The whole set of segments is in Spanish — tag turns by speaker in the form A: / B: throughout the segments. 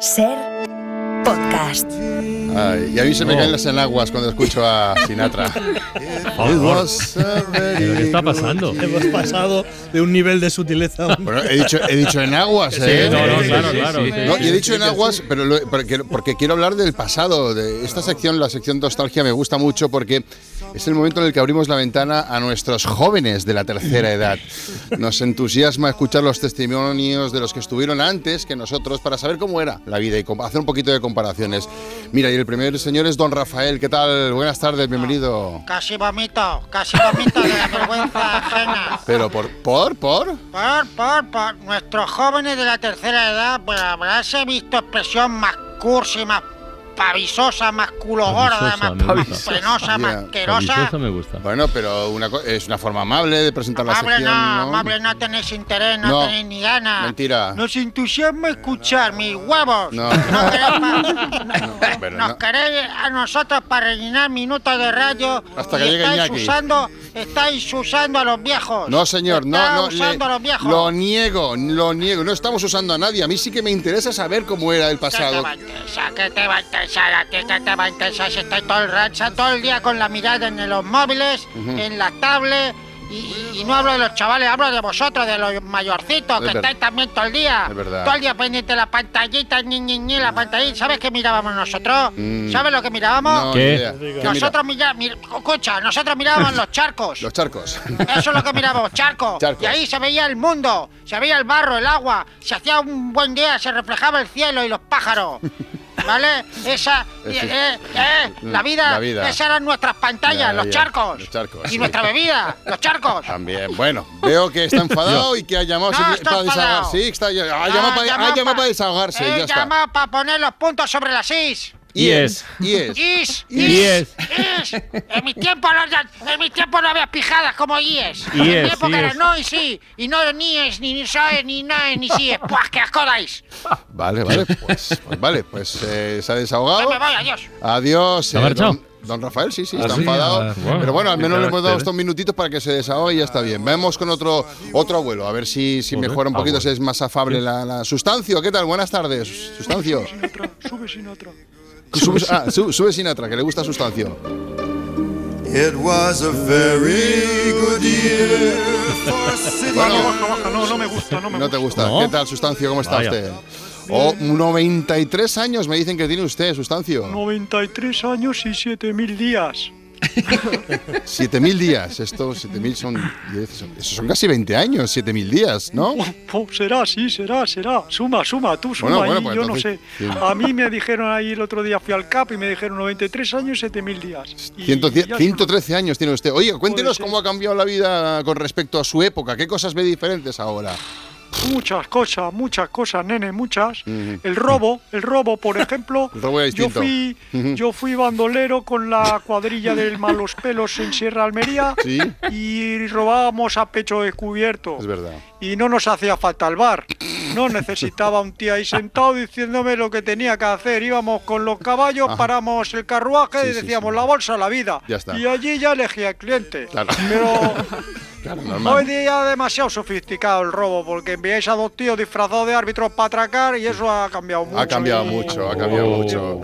A: Ser podcast.
B: Ay, y a mí se me
C: Oh.
B: caen las enaguas cuando escucho a Sinatra. It was a very
C: ¿Pero qué está
B: good
C: pasando?
B: day.
D: Hemos pasado de un nivel de sutileza. a un-
B: Bueno, he dicho, he dicho enaguas, ¿eh?
C: no, no, claro,
D: sí,
C: claro.
D: sí.
C: sí.
B: No, y he dicho enaguas, pero lo- porque, porque quiero hablar del pasado. De esta sección, la sección nostalgia, me gusta mucho porque es el momento en el que abrimos la ventana a nuestros jóvenes de la tercera edad. Nos entusiasma escuchar los testimonios de los que estuvieron antes que nosotros para saber cómo era la vida y com- hacer un poquito de comparaciones. Mira, y el primer señor es don Rafael. ¿Qué tal? Buenas tardes, bienvenido.
E: Casi vomito, casi vomito de la vergüenza ajena.
B: Pero por, por, por.
E: Por, por, por, nuestros jóvenes de la tercera edad, pues habránse visto expresión más cursi, más pavisosa, más culo gorda,
C: Pavisosa,
E: más,
C: me
E: más
C: gusta.
E: penosa, más
B: Ya,
E: asquerosa.
C: Eso me gusta.
B: Bueno, pero una co- es una forma amable de presentar la
E: Amable
B: sección.
E: no,
B: ¿no?
E: amable no tenéis interés, no,
B: No,
E: tenéis ni ganas.
B: mentira.
E: Nos entusiasma escuchar, mis huevos.
B: No.
E: queréis más.
B: pero
E: Nos
B: no.
E: queréis a nosotros para rellenar minutos de radio
B: Hasta que
E: y
B: llegue
E: estáis
B: Iñaki.
E: usando, estáis usando a los viejos.
B: No, señor, no,
E: Estáis
B: no.
E: usando
B: le-
E: a los viejos.
B: lo niego, lo niego. No estamos usando a nadie. A mí sí que me interesa saber cómo era el
E: ¿Qué te
B: pasado.
E: va a interesar? ¿Qué te va a interesar a ti? ¿Qué te va a interesar si estás todo el racha, todo el día con la mirada en los móviles, en las tablets? Y, y- y no hablo de los chavales, hablo de vosotros, de los mayorcitos,
B: Es
E: que
B: ver-
E: estáis también todo el día.
B: Es verdad.
E: Todo el día pendiente de la pantallita, ni, ni, ni, la pantallita. ¿Sabes qué mirábamos nosotros?
B: Mm.
E: ¿Sabes lo que mirábamos?
B: No,
C: ¿Qué?
B: ni idea. ¿Qué mira?
E: Nosotros mirábamos, escucha, nosotros mirábamos los charcos.
B: Los charcos.
E: Eso es lo que mirábamos, charco.
B: Charcos.
E: Y ahí se veía el mundo, se veía el barro, el agua, se hacía un buen día, se reflejaba el cielo y los pájaros. ¿Vale? Esa.
B: Es-
E: eh, eh, la, vida,
B: la vida.
E: Esas eran nuestras
B: Ya,
E: pantallas, los
B: ya,
E: charcos.
B: los charcos,
E: Y
B: sí. Ah,
E: nuestra bebida, los charcos.
B: También. Bueno, veo que está enfadado y que ha llamado
E: No,
B: simple-
E: está
B: para
E: enfadado.
B: desahogarse. Sí, está, ha
E: Ah,
B: llamado para, ha llamado para desahogarse.
E: He
B: ya está.
E: llamado para eh, poner los puntos sobre las is.
C: Y es.
B: Y es.
E: Is, is,
C: Yes.
E: is. En mi tiempo no, en mi tiempo no había pijadas como yes. en mi
C: Yes,
E: tiempo que era
C: yes.
E: no y sí. Y no ni es, ni ni soy, ni no es, ni sí es. Pues que os jodáis.
B: Vale, vale. Pues, pues vale, pues eh, se ha desahogado.
E: Yo me voy, adiós.
B: Adiós. eh,
C: ¿Se ha marchado?
B: don, don Rafael, sí, sí,
C: Ah,
B: está
C: sí,
B: enfadado.
C: ah, bueno.
B: Pero bueno, al
C: Qué
B: menos le hemos dado
C: carácter,
B: estos minutitos para que se desahogue y ya está bien. Vamos con otro otro abuelo, a ver si, si
C: Joder,
B: mejora un poquito, si
C: abuelo.
B: es más afable la, la- Sustancio, ¿qué tal? Buenas tardes, Sustancio. Sube sin otra. Sube, ah, su- sube sin otra, que le gusta Sustancio.
F: It was a very good year for City.
B: Bueno,
G: No, no me gusta, no me
B: no te gusta.
C: No.
B: ¿Qué tal, Sustancio? ¿Cómo está
C: Vaya.
B: usted? Oh, 93 años me dicen que tiene usted, Sustancio.
G: gusta. 93 años y 7000 días.
B: 7.000 días. Estos 7.000 son, 10, son, esos son casi 20 años, 7.000 días, ¿no?
G: Po, será, sí, será, será. Suma, suma, tú suma
B: Bueno, bueno,
G: ahí,
B: pues
G: yo
B: entonces,
G: no
B: sí.
G: sé. A mí me dijeron ahí el otro día, fui al CAP y me dijeron 93 años y 7000 días. Y ya Pues
B: 110,
G: suma.
B: 113 años tiene usted. Oye, cuéntenos
G: ser.
B: cómo ha cambiado la vida con respecto a su época. ¿Qué cosas ve diferentes ahora?
G: Muchas cosas, muchas cosas, nene, muchas. El robo, el robo, por ejemplo.
B: El robo era
G: yo
B: distinto.
G: fui,
B: Ujú.
G: yo fui bandolero con la cuadrilla del Malos Pelos en Sierra Almería
B: Sí.
G: y robábamos a pecho descubierto.
B: Es verdad.
G: y no nos hacía falta el bar. No necesitaba un tío ahí sentado diciéndome lo que tenía que hacer. Íbamos con los caballos, paramos el carruaje
B: Sí,
G: y
B: sí,
G: decíamos
B: sí.
G: la bolsa, la vida.
B: Ya está.
G: Y allí ya elegía el cliente.
B: Claro.
G: Pero
B: Claro,
G: hoy
B: normal.
G: día demasiado sofisticado el robo, porque enviáis a dos tíos disfrazados de árbitros para atracar y eso ha cambiado mucho. ¿eh?
B: Ha cambiado
G: Y-
B: mucho, ha cambiado
C: Oh.
B: mucho.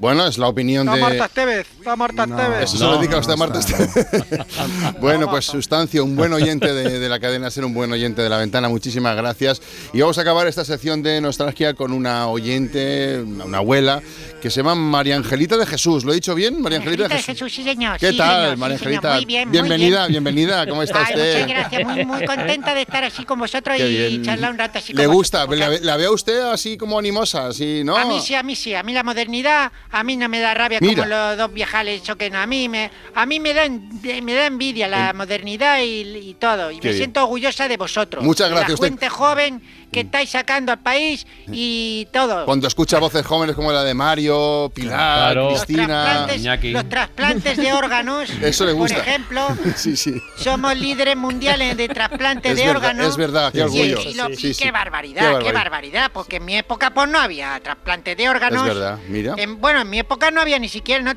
B: Bueno, es la opinión
G: Está Marta
B: de.
G: Estevez, está Marta Estevez.
B: Eso se
C: No,
B: lo dedica
C: no,
B: usted a Marta. Esteve. bueno, pues Sustancio, un buen oyente de, de la cadena, ser un buen oyente de la ventana. Muchísimas gracias. Y vamos a acabar esta sección de nostalgia con una oyente, una, una abuela, que se llama María Angelita de Jesús. ¿Lo he dicho bien? María Angelita de Jesús.
E: sí, señor.
B: ¿Qué
E: sí,
B: tal,
E: señor,
B: María
E: sí, señor,
B: Angelita?
E: Muy bien, muy
B: bienvenida,
E: bien.
B: bienvenida. ¿Cómo está
E: Ay,
B: usted?
E: muchas gracias, muy, muy contenta de estar así con vosotros
B: Qué
E: y
B: bien.
E: charlar un rato así
B: Le
E: con
B: gusta,
E: vosotros.
B: la, ve- la ve a usted así como animosa, así, ¿no?
E: A mí sí, a mí sí, a mí la modernidad, a mí no me da rabia
B: Mira.
E: como los dos viejales choquen, a mí me, a mí me da, en- me da envidia la modernidad y, y todo, y
B: Qué
E: me
B: bien.
E: siento orgullosa de vosotros.
B: Muchas
E: de
B: gracias,
E: La
B: usted. Mm.
E: gente joven que estáis sacando al país y todo.
B: Cuando escucha voces jóvenes como la de Mario, Pilar,
C: Claro.
E: los
B: Cristina.
E: trasplantes,
C: Iñaki.
E: los trasplantes de órganos,
B: Eso le gusta.
E: por ejemplo,
B: Sí, sí.
E: somos líderes mundiales de trasplantes
B: Es
E: de
B: verdad,
E: órganos.
B: es verdad, qué
E: Y-
B: orgullo.
E: y lo-
B: Sí,
E: y
B: sí. Qué
E: qué barbaridad, qué
B: barbaridad.
E: barbaridad, porque en mi época pues no había trasplante de órganos.
B: Es verdad, mira.
E: En- bueno, en mi época no había ni siquiera, no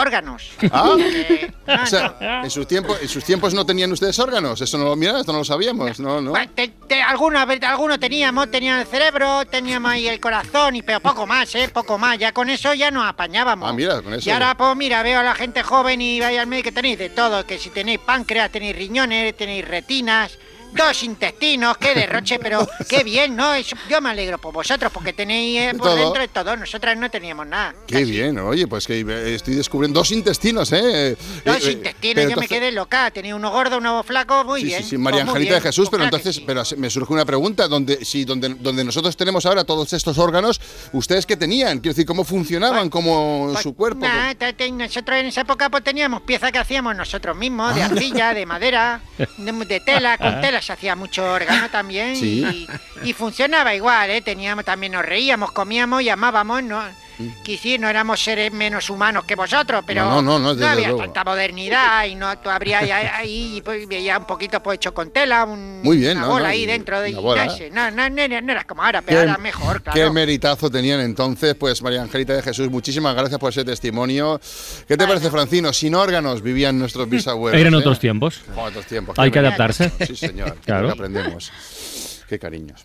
E: órganos.
B: Ah.
E: Eh, no,
B: O sea, en sus, tiempos, en sus tiempos no tenían ustedes órganos. Eso no lo mira, esto no lo sabíamos. No,
E: no.
B: no.
E: Bueno, te- te- alguna vez- alguno, uno teníamos, teníamos el cerebro, teníamos ahí el corazón, y pero poco más, ¿eh? Poco más. Ya con eso ya nos apañábamos.
B: Ah, mira, con eso
E: Y ahora,
B: ya.
E: pues mira, veo a la gente joven y vaya al médico que tenéis de todo. Que si tenéis páncreas, tenéis riñones, tenéis retinas. Dos intestinos, qué derroche, pero qué bien, ¿no? Eso- yo me alegro por vosotros, porque tenéis eh,
B: De
E: por
B: todo.
E: dentro de todo. Nosotras no teníamos nada.
B: Qué bien, oye, pues que eh, estoy descubriendo dos intestinos, ¿eh?
E: Dos
B: Eh, eh,
E: intestinos,
B: pero
E: yo me
B: entonces-
E: quedé loca. Tenía uno gordo, uno flaco, muy
B: Sí,
E: bien.
B: sí, sí, María
E: Pues muy
B: Angelita de
E: bien,
B: Jesús,
E: pues
B: pero
E: claro que
B: entonces
E: sí.
B: pero se- me surge una pregunta, donde, si, donde, donde nosotros tenemos ahora todos estos órganos, ¿ustedes qué tenían? Quiero decir, ¿cómo funcionaban
E: Pues,
B: como su cuerpo? pues.
E: Nah, ta- ta- nosotros en esa época pues teníamos piezas que hacíamos nosotros mismos,
B: Ah,
E: de arcilla, de madera, de, de tela, con tela se hacía mucho órgano también
B: Sí.
E: y, y funcionaba igual, ¿eh? Teníamos, también nos reíamos, comíamos y amábamos, ¿no? Que sí, no éramos seres menos humanos que vosotros, pero
B: Mm. No, no, no, no, desde
E: había
B: luego.
E: tanta modernidad y no, tú abrías ahí, ahí y pues, veías un poquito pues hecho con tela, un,
B: Muy bien,
E: una
B: no,
E: bola
B: no, y-
E: ahí dentro de...
B: una
E: y
B: bola.
E: No, sé, no, no, no era- no eras como ahora, pero ahora mejor, claro.
B: qué meritazo tenían entonces, pues María Angelita de Jesús, muchísimas gracias por ese testimonio. ¿Qué te parece, Francino? Sin órganos vivían nuestros bisabuelos.
C: Eran
B: ¿eh?
C: otros tiempos.
B: Joder, otros tiempos.
C: Hay
B: qué
C: que
B: meritazo.
C: adaptarse.
B: Sí, señor.
C: Claro.
B: claro. aprendemos. Qué cariños.